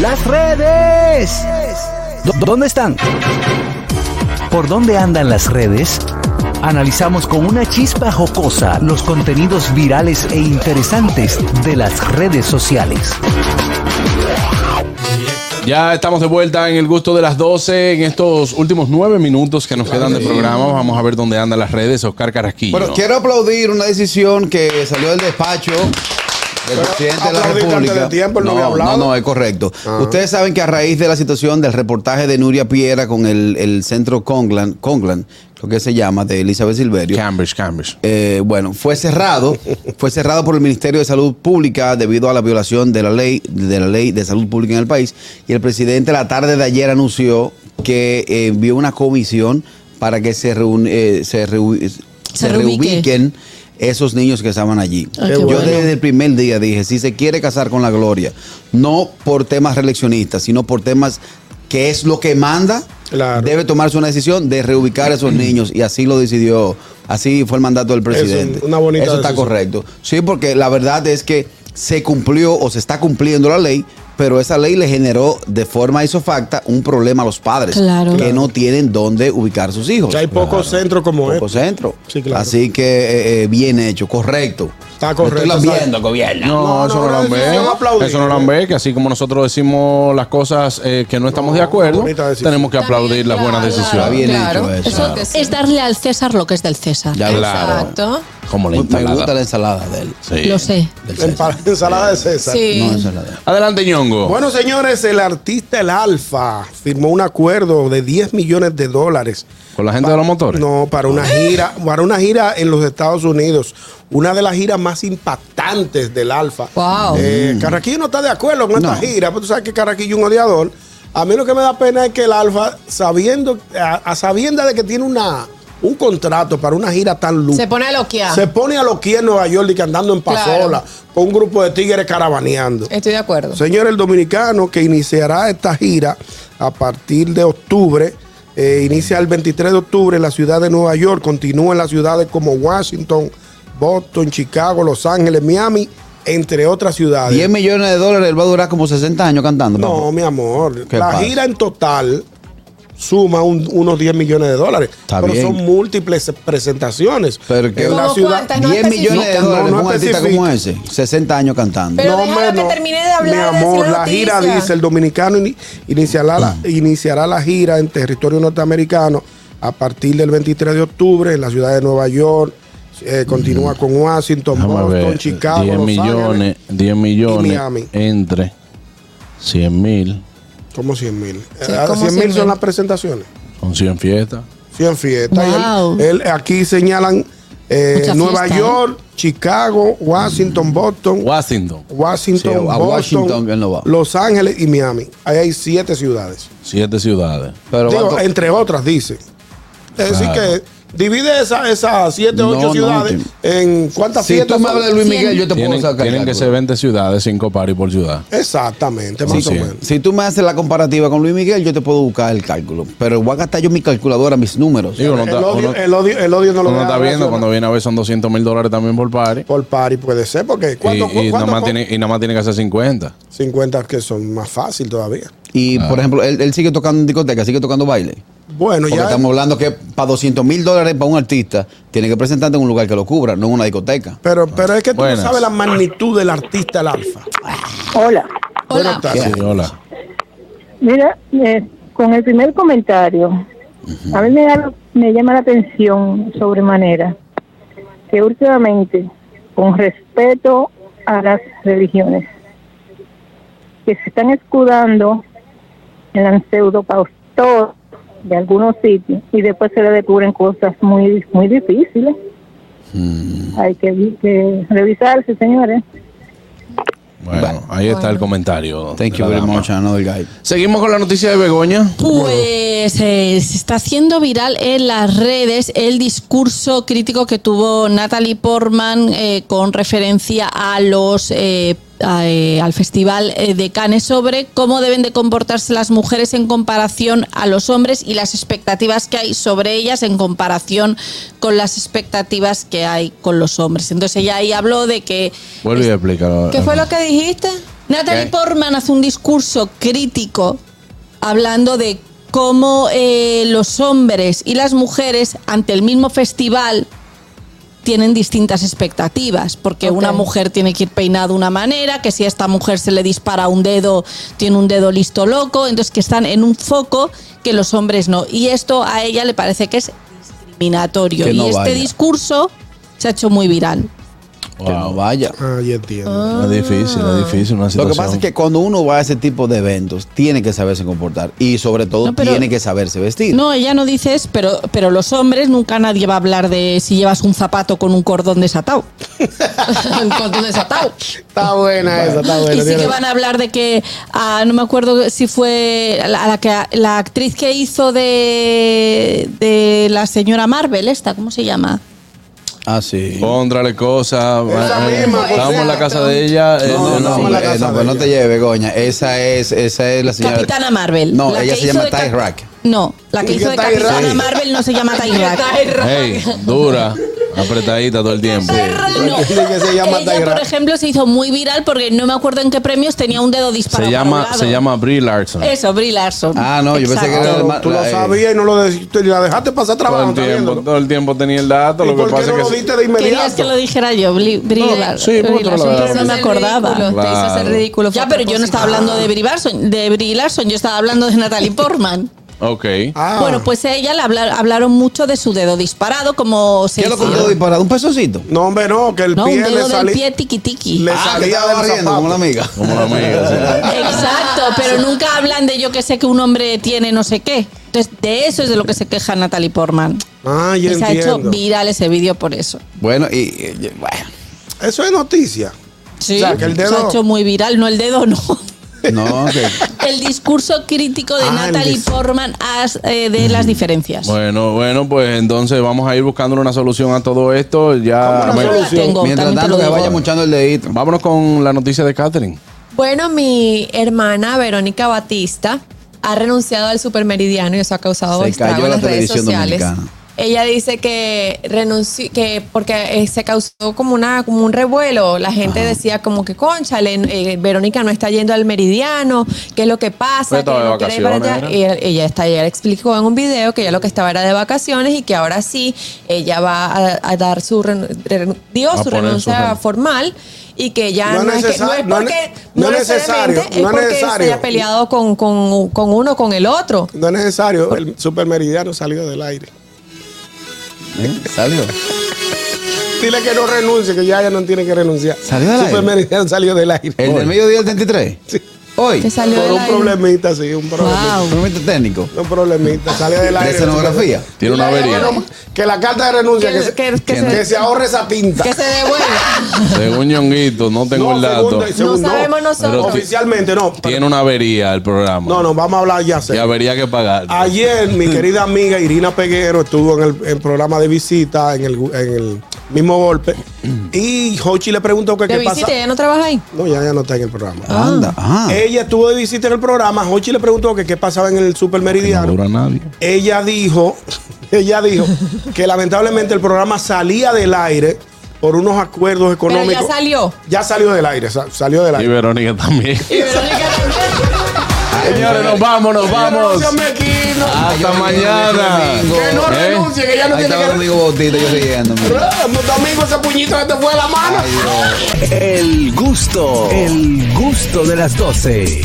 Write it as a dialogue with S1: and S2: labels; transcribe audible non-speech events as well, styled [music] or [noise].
S1: Las redes. ¿Dó- ¿Dónde están? ¿Por dónde andan las redes? Analizamos con una chispa jocosa los contenidos virales e interesantes de las redes sociales.
S2: Ya estamos de vuelta en el gusto de las 12. En estos últimos nueve minutos que nos quedan de programa, vamos a ver dónde andan las redes. Oscar Carrasquillo.
S3: Bueno, quiero aplaudir una decisión que salió del despacho del presidente de la
S4: aplaudiste antes
S3: República.
S4: de tiempo, él no había hablado. Ah.
S3: no, no, es correcto. Ustedes saben que a raíz de la situación del reportaje de Nuria Piera con el, el centro Conglan, Conglan, lo que se llama, de Elizabeth Silverio.
S2: Cambridge, Cambridge.
S3: Eh, bueno, fue cerrado, fue cerrado por el Ministerio de Salud Pública debido a la violación de la ley de la ley de salud pública en el país y el presidente la tarde de ayer anunció que eh, envió una comisión para que se reun- eh, se, reu- se
S5: reubique.
S3: reubiquen esos niños que estaban allí.
S5: Ah, qué
S3: Yo
S5: bueno.
S3: desde el primer día dije, si se quiere casar con la gloria, no por temas reeleccionistas, sino por temas que es lo que manda,
S4: Claro.
S3: debe tomarse una decisión de reubicar a esos niños y así lo decidió, así fue el mandato del presidente.
S4: una bonita
S3: Eso está
S4: decisión.
S3: correcto. Sí, porque la verdad es que se cumplió o se está cumpliendo la ley, pero esa ley le generó de forma isofacta un problema a los padres
S5: Claro.
S3: que
S5: Claro.
S3: no tienen dónde ubicar sus hijos.
S4: Ya hay pocos centros como
S3: Pocos
S4: este.
S3: centros.
S4: Sí, claro.
S3: Así que eh, eh, bien hecho, correcto.
S4: Está correcto,
S3: Lo estoy
S4: exacto.
S3: viendo, gobierno.
S2: No,
S4: No,
S2: eso
S4: no,
S2: no
S4: una
S2: lo han
S4: decisión
S2: ve.
S4: aplaudible.
S2: Eso no lo han ve, que así como nosotros decimos las cosas eh, que no estamos de acuerdo,
S4: bonita decisión.
S2: tenemos que aplaudir las buenas
S3: Está
S2: decisiones.
S3: bien
S6: Claro,
S5: eh,
S3: hecho eso.
S6: eso que sí.
S5: Es darle al César lo que es del César.
S3: Ya,
S2: Claro.
S6: Exacto.
S2: Como la
S3: Me gusta
S2: ensalada.
S3: la ensalada de él.
S2: Sí.
S5: Lo sé.
S3: del
S4: En
S3: César.
S4: pa- ensalada de César.
S6: Sí.
S3: No, ensalada de él.
S2: Adelante, ñongo.
S4: Bueno, señores, el artista El Alfa firmó un acuerdo de 10 millones de dólares.
S2: Con la gente de los motores.
S4: No, para una gira, para una gira en los Estados Unidos. Una de las giras más impactantes del Alfa.
S6: Wow.
S4: Eh, Carraquillo no está de acuerdo con esta
S3: Mm. No.
S4: gira, pero tú sabes que Carraquillo es un odiador. A mí lo que me da pena es que el Alfa, sabiendo, a, a sabienda de que tiene una, un contrato para una gira tan lucrativa.
S6: Se pone a loquear.
S4: Se pone a lo que en Nueva York y que andando en pasola
S6: Claro.
S4: con un grupo de tigres caravaneando.
S6: Estoy de acuerdo.
S4: Señor, el dominicano que iniciará esta gira a partir de octubre, eh, inicia el 23 de octubre en la ciudad de Nueva York, continúa en las ciudades como Washington, Boston, Chicago, Los Ángeles, Miami, entre otras ciudades.
S3: 10 millones de dólares, él va a durar como 60 años cantando.
S4: No,
S3: papá.
S4: mi amor.
S3: ¿Qué
S4: La
S3: pasa?
S4: gira en total suma un- unos 10 millones de dólares.
S3: Está
S4: pero
S3: bien.
S4: son múltiples presentaciones.
S3: Pero que-
S4: en la
S6: ¿Cómo
S4: ciudad.
S6: cuántas? No
S3: 10
S6: especifica.
S3: millones de
S4: No,
S3: dólares
S4: no
S3: para un artista
S4: especifica.
S3: como ese, 60 años cantando.
S6: Pero déjame que termine de hablar,
S4: Mi
S6: de
S4: amor,
S6: decir la
S4: la gira
S6: noticia.
S4: dice: el dominicano ini- iniciará la,
S3: Mm.
S4: iniciará la gira en territorio norteamericano a partir del 23 de octubre en la ciudad de Nueva York. Eh,
S3: Mm.
S4: continúa con Washington,
S2: Déjame
S4: Boston,
S2: ver.
S4: Chicago,
S2: 10
S4: Los
S2: millones,
S4: Ángeles,
S2: 10 millones
S4: Miami.
S2: entre 100 mil
S4: como 100 mil.
S6: Sí,
S4: Eh,
S6: como
S4: 100 mil
S6: 100.000.
S4: son las presentaciones.
S2: con 100 fiestas.
S4: 100 fiestas. Y él-
S5: Wow.
S4: él, aquí señalan eh,
S5: Mucha
S4: Nueva
S5: fiesta, ¿eh?
S4: York, Chicago, Washington, Boston,
S2: Washington,
S4: Washington,
S3: Mm. Sí, a
S4: Boston,
S3: Washington él no va.
S4: Los Ángeles y Miami. Ahí hay siete ciudades.
S2: siete ciudades.
S3: Pero
S4: Digo,
S3: ¿cuánto?
S4: entre otras, dice. Es decir,
S2: Claro.
S4: que divide esas esas siete,
S3: No,
S4: ocho
S3: no,
S4: ciudades
S3: Tim.
S4: en cuántas
S3: si tú
S4: fiestas.
S3: me
S4: son?
S3: hablas de Luis Miguel, yo te puedo
S2: Tienen,
S3: sacar.
S2: tienen que
S3: cálculo.
S2: ser 20 ciudades, 5 paris por ciudad.
S4: Exactamente,
S2: Son
S4: más o
S2: cien.
S4: menos.
S3: Si tú me haces la comparativa con Luis Miguel, yo te puedo buscar el cálculo. Pero voy a gastar yo mi calculadora, mis números.
S2: Digo, no
S4: El
S2: está-
S4: odio,
S2: uno-
S4: el odio- el odio no lo
S2: uno
S4: deja
S2: está viendo,
S4: relacionar.
S2: cuando viene a ver son 200 mil dólares también por pari.
S4: Por pari puede ser, porque
S2: Y,
S4: ¿cuánto,
S2: y nada
S4: cuánto-
S2: más tiene, y nada más tiene que hacer 50.
S4: 50 que son más fácil todavía.
S3: Y, por
S2: ah.
S3: ejemplo, él, él sigue tocando en discoteca, sigue tocando baile.
S4: Bueno,
S3: Porque
S4: ya.
S3: estamos hablando que para 200 mil dólares para un artista, tiene que presentarte en un lugar que lo cubra, no en una discoteca.
S4: Pero, pero es que tú
S2: Buenas.
S4: no sabes la magnitud del artista el alfa.
S5: Hola.
S7: Hola.
S4: Buenas tardes.
S2: Sí, hola.
S7: Mira, eh, con el primer comentario, a mí me, da- me llama la atención sobremanera que últimamente, con respeto a las religiones, que se están escudando en la pseudopastor de algunos sitios y después se le descubren cosas muy muy difíciles. Hay que, que revisarse, señores.
S2: Bueno, ahí está el comentario.
S3: Thank
S2: de
S3: you
S2: la
S3: very
S2: dama.
S3: much, another guy.
S2: Seguimos con la noticia de Begoña.
S5: Pues eh, se está haciendo viral en las redes el discurso crítico que tuvo Natalie Portman eh, con referencia a los eh, a, eh, al Festival eh, de Cannes sobre cómo deben de comportarse las mujeres en comparación a los hombres y las expectativas que hay sobre ellas en comparación con las expectativas que hay con los hombres. Entonces ella ahí habló de que
S2: Vuelve y explícalo.
S6: ¿Qué fue lo que dijiste?
S5: Natalie
S2: Ok.
S5: Portman hace un discurso crítico hablando de cómo eh, los hombres y las mujeres ante el mismo festival tienen distintas expectativas, porque
S6: Ok.
S5: una mujer tiene que ir peinada de una manera, que si a esta mujer se le dispara un dedo, tiene un dedo listo loco, entonces que están en un foco que los hombres no. Y esto a ella le parece que es discriminatorio.
S3: Que no
S5: y este
S3: vaya.
S5: discurso se ha hecho muy viral.
S3: Que no vaya.
S4: Ah, ya entiendo.
S2: No es difícil, no es difícil. Una
S3: Lo
S2: situación.
S3: que pasa es que cuando uno va a ese tipo de eventos, tiene que saberse comportar y sobre todo
S5: No, pero-
S3: tiene que saberse vestir.
S5: No, ella no dice eso, pero, pero los hombres nunca nadie va a hablar de si llevas un zapato con un
S3: [laughs]
S5: cordón desatado. un cordón desatado.
S4: Está buena esa, está buena.
S5: y sí
S4: tiene-
S5: que van a hablar de que, ah, no me acuerdo si fue la, la que, la actriz que hizo de, de la señora Marvel, esta, ¿cómo se llama?
S3: Ah, sí.
S2: Póndrale cosas.
S4: Esa
S2: eh,
S4: misma,
S2: Estábamos en la
S6: exacto.
S2: casa de ella. eh,
S3: No, no,
S2: no,
S3: no,
S4: la
S3: eh,
S4: casa
S3: no,
S4: de
S3: pero no
S4: ella.
S3: te lleves, Begoña. Esa es, esa es la señora.
S5: Capitana Marvel.
S3: No,
S5: la
S3: ella
S5: que
S3: se
S5: hizo
S3: llama
S5: de
S3: Ty
S5: cap-
S3: Rack.
S5: No, la que
S4: Sí,
S5: hizo de
S4: Ty Rack.
S5: Capitana
S4: Sí.
S5: Marvel no
S3: [laughs]
S5: se llama Ty Rack.
S2: Hey, dura, apretadita todo el tiempo.
S5: No.
S4: Dice que se llama
S5: Ella,
S4: Ty
S5: por
S4: Rack.
S5: ejemplo, se hizo muy viral porque no me acuerdo en qué premios tenía un dedo disparado.
S2: Se
S5: para un
S2: llama,
S5: lado.
S2: se llama Brie Larson.
S5: Eso, Brie Larson.
S3: Ah, no, yo pensé que era
S4: Pero
S3: el ma-
S4: tú lo
S3: la- eh,
S4: sabías y no lo dijiste y la dejaste pasar
S2: Todo
S4: trabajo.
S2: el
S4: está
S2: tiempo,
S4: viéndolo.
S2: todo el tiempo tenía el dato.
S4: ¿Y
S2: Lo que
S4: por qué
S2: pasa
S4: no
S2: es
S4: lo
S2: que.
S4: diste de
S5: Querías que lo
S4: inmediato?
S5: dijera yo, Brie, Brie Lar-
S2: sí, por
S5: Brie
S2: otro lado,
S5: Larson, pero
S2: Brie
S5: no me acordaba.
S2: ridículo, te hizo hacer ridículo,
S5: Ya, pero yo no estaba hablando de Brie, Larson, de Brie Larson, yo estaba hablando de
S3: [laughs]
S5: Natalie Portman.
S2: Ok.
S4: Ah,
S5: Bueno, pues a ella le habla- hablaron mucho de su dedo disparado, como se
S3: ¿Qué es lo que
S5: hicieron.
S3: te disparado? ¿Un pezoncito?
S4: No, hombre, no, que el
S5: No, un
S4: pie le
S5: dedo del pie
S4: salía.
S5: tiqui tiqui.
S4: Le
S3: Ah, que
S4: salía
S3: estaba
S4: del
S3: riendo como la
S4: zapato.
S3: amiga.
S2: Como la amiga.
S4: eh,
S2: sí.
S5: Exacto, pero nunca hablan de yo que sé que un hombre tiene no sé qué. Entonces, de eso es de lo que se queja Natalie Portman.
S4: Ah,
S5: Y
S4: ya
S5: se ha hecho
S4: entiendo.
S5: viral ese vídeo por eso.
S3: Bueno, y, y- [laughs] bueno.
S4: Eso es noticia.
S5: Sí,
S4: O sea, que el
S5: se ha
S4: dedo-
S5: hecho muy viral, no el dedo, no. [laughs]
S3: No, que
S5: El discurso crítico de
S4: Ah, el
S5: Natalie
S4: discurso.
S5: Portman as- eh, de las diferencias.
S2: Bueno, bueno, pues entonces vamos a ir buscando una solución a todo esto. Ya.
S4: ¿Cómo una
S2: Bueno,
S5: Yo la
S4: solución?
S5: tengo,
S3: mientras
S5: también te lo
S3: tanto que
S5: digo.
S3: vaya mochando el dedito.
S2: Vámonos con la noticia de Catherine.
S6: Bueno, mi hermana Verónica Batista ha renunciado al supermeridiano y eso ha causado
S3: Se
S6: estrago
S3: cayó
S6: en
S3: la
S6: las redes
S3: televisión
S6: sociales.
S3: dominicana.
S6: Ella dice que renunció, que porque eh, se causó como una como un revuelo. La gente decía como que, concha, Verónica no está yendo al meridiano, ¿qué es lo que
S2: Pero
S6: pasa? Que
S2: estaba de
S6: no quiere ir para
S2: vacaciones,
S6: allá. Y ella, ella está, ella explicó en un video que ella lo que estaba era de vacaciones y que ahora sí ella va a, a dar su renu- renu- dio
S2: A
S6: su
S2: poner su
S6: renuncia
S2: ren-
S6: formal y que ya
S4: No
S6: no,
S4: es
S6: es, que- no es
S4: necesario, no es-
S6: porque
S4: no
S6: no,
S4: es
S6: necesariamente
S4: necesario, no es
S6: es porque se
S4: necesario.
S6: haya peleado con, con, con uno o con el otro.
S4: No es necesario, el supermeridiano salió del aire.
S3: ¿Eh? Salió.
S4: Dile que no renuncie, que ya ella no tiene que renunciar.
S3: ¿Salió del aire?
S4: Supermeridiano salió del aire.
S3: ¿El del mediodía del 33?
S4: Sí.
S3: Hoy.
S6: Que salió
S4: Por
S6: del
S4: un
S6: aire.
S4: problemita, sí, un problemita.
S5: Guau.
S3: Un momento técnico.
S4: Un problemita, salió del
S3: De
S4: aire.
S3: escenografía.
S2: Tiene una
S4: Que
S2: avería.
S4: no- Que la carta de renuncia, que,
S6: Que-
S4: se,
S6: que- que
S4: que
S6: se-
S4: se ahorre esa tinta.
S6: Que se [laughs] devuelva.
S2: Según Ñonguito, no tengo
S4: No,
S2: el
S4: segundo,
S2: dato.
S4: segundo,
S6: No sabemos nosotros.
S4: Oficialmente no. pero-
S2: Tiene una avería el programa.
S4: No, no, vamos a hablar ya.
S2: Y
S4: sé.
S2: avería que pagar.
S4: Ayer mi querida amiga Irina Peguero estuvo en el, en programa de visita, en el, en el mismo golpe. Y Hochi le preguntó que
S6: Que
S4: qué pasa.
S6: visite, ella no trabaja ahí.
S4: No, ya, ya no está en el programa.
S3: Anda. Ah.
S4: Ella estuvo de visita en el programa. Hochi le preguntó que qué pasaba en el
S2: No
S4: supermeridiano.
S2: dura nadie.
S4: ella dijo, [laughs] ella dijo que lamentablemente el programa salía del aire por unos acuerdos
S6: Pero
S4: económicos.
S6: ya salió.
S4: Ya salió del aire, sa- salió del
S2: Y
S4: aire.
S2: Verónica también.
S6: Verónica
S2: Señores, nos vamos, nos vamos.
S4: Señor Mequino,
S2: Hasta
S3: Yo
S2: mañana.
S3: renuncio,
S4: Que no
S2: ¿Eh?
S4: renuncie, que ya no
S3: Ahí
S4: tiene
S3: estaba
S4: que
S3: Domingo Bautista, yo riéndome.
S4: No, Domingo, ese puñito que te fue de la mano.
S3: Ay, Dios.
S1: El gusto, el gusto de las 12.